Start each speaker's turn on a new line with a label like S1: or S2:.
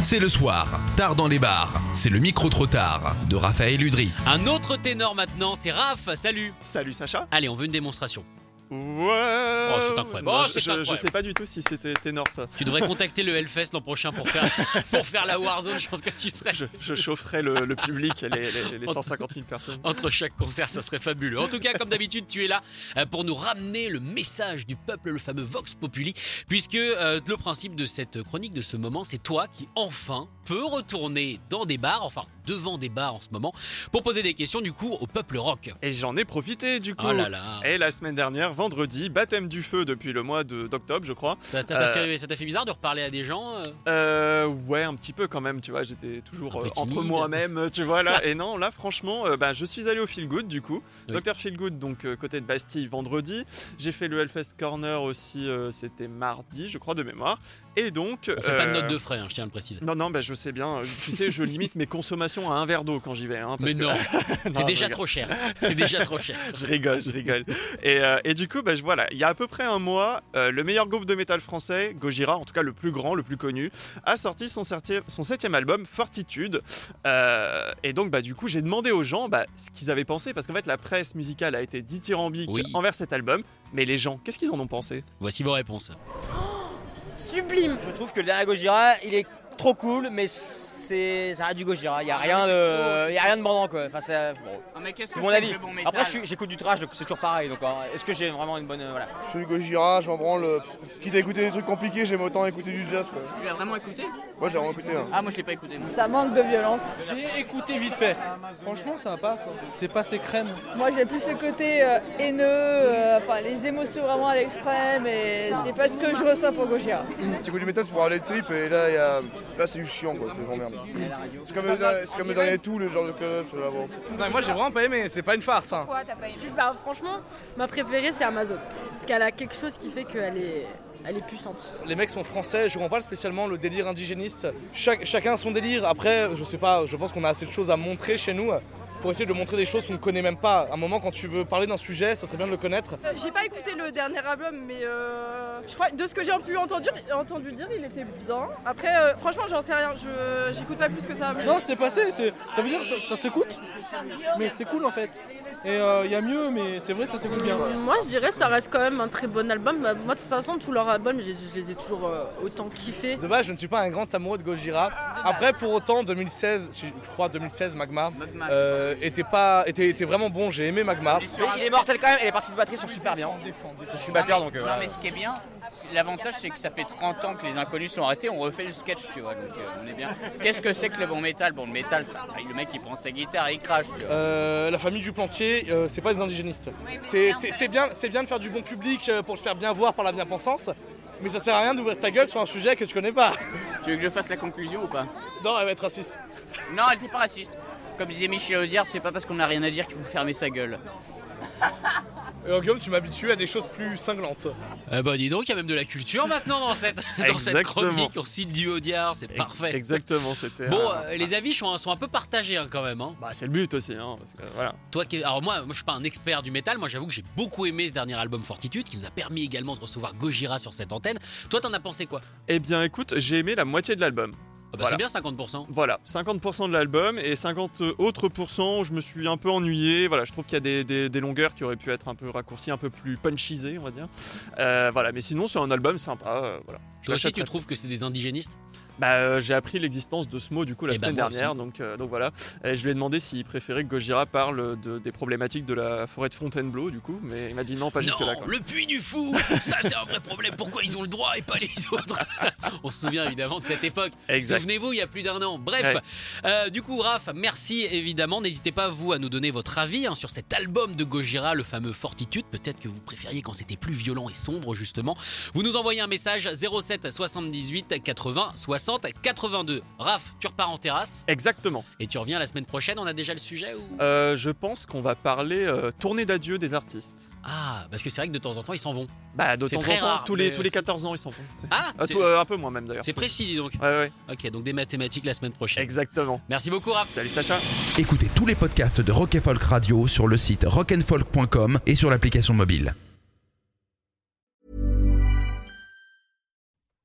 S1: C'est le soir, tard dans les bars. C'est le micro trop tard de Raphaël Udry.
S2: Un autre ténor maintenant, c'est Raph, salut
S3: Salut Sacha.
S2: Allez, on veut une démonstration.
S3: Ouais.
S2: Oh, c'est incroyable.
S3: Non,
S2: Oh,
S3: je-
S2: c'est
S3: je,
S2: incroyable.
S3: je sais pas du tout si c'était ténor ça.
S2: Tu devrais contacter le Hellfest l'an prochain pour faire, pour faire la Warzone, je pense que tu serais...
S3: Je, je chaufferai le, le public, les, les, les
S2: Oh.
S3: 150 000 personnes.
S2: Entre chaque concert, ça serait fabuleux. En tout cas, comme d'habitude, tu es là euh, pour nous ramener le message du peuple, le fameux Vox Populi, puisque euh, le principe de cette chronique, de ce moment, c'est toi qui enfin peut retourner dans des bars, enfin devant des bars en ce moment, pour poser des questions du coup au peuple rock.
S3: Et j'en ai profité du coup.
S2: Oh là là,
S3: Et la semaine dernière, vendredi, baptême du feu depuis le mois de- d'octobre, je crois.
S2: ça ça t'a
S3: euh,
S2: fait, ça t'a fait bizarre de reparler à des gens euh
S3: Euh, ouais, un petit peu quand même, tu vois. J'étais
S2: Un
S3: toujours
S2: peu
S3: euh, entre
S2: timide.
S3: moi-même, tu vois là. Et non, là, franchement, euh, bah, je suis allé au Feel Good du coup.
S2: Oui.
S3: Docteur Feel Good, donc euh, côté de Bastille, vendredi. J'ai fait le Hellfest Corner aussi, euh, c'était mardi, je crois, de mémoire. Et donc.
S2: On fait pas de
S3: euh,
S2: note de frais, hein, je tiens à le préciser.
S3: Non, non, bah, je sais bien. Tu sais, je limite mes consommations à un verre d'eau quand j'y vais. hein,
S2: Mais
S3: parce que-
S2: non,
S3: Non,
S2: c'est
S3: je
S2: déjà
S3: rigole.
S2: trop cher. C'est déjà trop cher.
S3: Je rigole, je rigole. Et, euh, et du coup, bah, je- voilà, il y a à peu près un mois, euh, le meilleur groupe de métal français, Gojira, en tout cas le plus grand, le plus connu, a sorti son, certi- son septième album, Fortitude. Euh, et donc, bah, du coup, j'ai demandé aux gens bah, ce qu'ils avaient pensé, parce qu'en fait, la presse musicale a été dithyrambique
S2: Oui.
S3: envers cet album. Mais les gens, qu'est-ce qu'ils en ont pensé
S2: Voici vos réponses.
S4: sublime.
S5: Je trouve que le Gojira, il est trop cool, mais c'est ça reste du Gojira. Il
S6: Ah,
S5: y a rien de, il y a rien de bandant quoi. Enfin, c'est bon, c'est mon avis. Après, je suis- j'écoute du trash, donc c'est toujours pareil. Donc, hein, est-ce que j'ai vraiment une bonne, euh, voilà.
S7: Je suis Gojira, je m'en branle. euh, Quitte à écouter des trucs compliqués, j'aime autant écouter du jazz. Quoi.
S8: Tu l'as vraiment écouté
S7: Moi, j'ai vraiment écouté. hein.
S8: Ah, moi je l'ai pas écouté. moi.
S9: Ça manque de violence.
S6: J'ai écouté vite fait. Franchement, ça passe. C'est pas ses crèmes.
S9: Moi, j'ai plus le côté euh, haineux, euh, enfin, les émotions vraiment à l'extrême, et c'est pas ce que je ressens pour Gojira.
S7: J'écoute du métal, c'est pour aller de trip, et là, il y a... là c'est juste chiant, quoi. C'est vraiment merde. C'est comme, le- c'est comme le dernier tout, le genre de club, c'est là bon.
S6: moi, j'ai vraiment pas aimé. C'est pas une farce. hein.
S9: Bah, franchement, ma préférée, c'est Amazon. Parce qu'elle a quelque chose qui fait qu'elle est, elle est puissante.
S6: Les mecs sont français. Je comprends pas spécialement le délire indigéniste. Chaque- chacun son délire. Après, je sais pas. Je pense qu'on a assez de choses à montrer chez nous pour essayer de montrer des choses qu'on ne connaît même pas. À un moment, quand tu veux parler d'un sujet, ça serait bien de le connaître.
S9: Euh, J'ai pas écouté le dernier album, mais euh, je crois, de ce que j'ai pu entendu, entendu dire, il était bien. Après, euh, franchement, j'en sais rien, j'écoute pas plus que ça.
S6: Non, c'est passé. c'est- Ça veut dire ça, ça s'écoute. Mais c'est cool en fait. Et il y a mieux, mais c'est vrai, ça s'écoute bien.
S9: Moi, je dirais ça reste quand même un très bon album. Bah, Moi, de toute façon, tous leurs albums, je, je les ai toujours euh, autant kiffés.
S6: De base, je ne suis pas un grand amoureux de Gojira. Après, pour autant, 2016, je je crois 2016, Magma, euh, était, pas, était, était vraiment bon. J'ai aimé Magma.
S5: Mais il est mortel quand même. Et les parties de batterie sont super bien. Je suis batteur, donc. euh,
S8: Non,
S5: voilà.
S8: mais ce qui est bien, c'est- l'avantage c'est que ça fait 30 ans que les inconnus sont arrêtés, on refait le sketch, tu vois. Donc euh, on est bien. Qu'est-ce que c'est que le bon métal Bon, le métal, ça, le mec il prend sa guitare et il crache, tu vois.
S6: Euh, la famille du plantier, euh, c'est pas des indigénistes. C'est- C'est c'est bien, c'est bien de faire du bon public euh, pour le faire bien voir par la bien-pensance, mais ça sert à rien d'ouvrir ta gueule sur un sujet que tu connais pas.
S8: Tu veux que je fasse la conclusion ou pas
S6: Non, elle va être raciste.
S8: Non, elle était pas raciste. Comme disait Michel Audiard, c'est pas parce qu'on n'a rien à dire qu'il faut fermer sa gueule.
S6: Euh, Guillaume, tu m'habitues à des choses plus cinglantes.
S2: Eh ben dis donc, il y a même de la culture maintenant dans cette, dans cette
S3: Exactement.
S2: chronique. On cite du Audiard, c'est parfait.
S3: Exactement, c'était.
S2: Bon,
S3: euh,
S2: euh, les avis sont, sont un peu partagés hein, quand même. hein.
S3: bah, c'est le but aussi, hein, parce que, voilà.
S2: Toi, qui- alors moi, moi, je suis pas un expert du métal. Moi, j'avoue que j'ai beaucoup aimé ce dernier album Fortitude, qui nous a permis également de recevoir Gojira sur cette antenne. Toi, t'en as pensé quoi
S3: Eh bien, écoute, j'ai aimé la moitié de l'album.
S2: Ah bah,
S3: Voilà.
S2: C'est bien 50%.
S3: Voilà, 50% de l'album et 50 autres pourcents, je me suis un peu ennuyé. Voilà, je trouve qu'il y a des, des- des longueurs qui auraient pu être un peu raccourcies, un peu plus punchisées, on va dire. Euh, voilà, mais sinon, c'est un album sympa. euh,
S2: Toi
S3: voilà.
S2: aussi, tu
S3: l'achèterai.
S2: trouves que c'est des indigénistes
S3: Bah, euh, j'ai appris l'existence de ce mot du coup la
S2: Eh ben,
S3: semaine
S2: moi
S3: dernière, donc, euh, donc voilà. Et je lui ai demandé s'il préférait que Gojira parle de- des problématiques de la forêt de Fontainebleau, du coup, mais il m'a dit non, pas jusque-là.
S2: Non,
S3: quoi.
S2: le puits du fou Ça, c'est un vrai problème. Pourquoi ils ont le droit et pas les autres On se souvient évidemment de cette époque.
S3: Exact.
S2: Souvenez-vous, il y a plus d'un an. Bref,
S3: Ouais.
S2: euh, du coup, Raph, merci évidemment. N'hésitez pas, vous, à nous donner votre avis hein, sur cet album de Gojira, le fameux Fortitude. Peut-être que vous préfériez quand c'était plus violent et sombre, justement. Vous nous envoyez un message 87 78 80 60 82. Raph, tu repars en terrasse
S3: Exactement.
S2: et tu reviens la semaine prochaine. On a déjà le sujet ou
S3: Euh, je pense qu'on va parler euh, tournée d'adieu des artistes.
S2: Ah, parce que c'est vrai que de temps en temps ils s'en vont.
S3: Bah, de
S2: C'est
S3: temps en
S2: très
S3: temps,
S2: rare,
S3: tous, les,
S2: mais-
S3: tous les 14 ans, ils s'en vont. tu sais.
S2: Ah,
S3: Ah,
S2: c'est-
S3: tout- euh, un peu moins même d'ailleurs.
S2: c'est précis, dis donc.
S3: Ouais, ouais.
S2: Ok, donc des mathématiques la semaine prochaine.
S3: Exactement.
S2: Merci beaucoup, Raph.
S3: Salut Sacha.
S1: Écoutez tous les podcasts de Rock and Folk Radio sur le site rockandfolk.com et sur l'application mobile.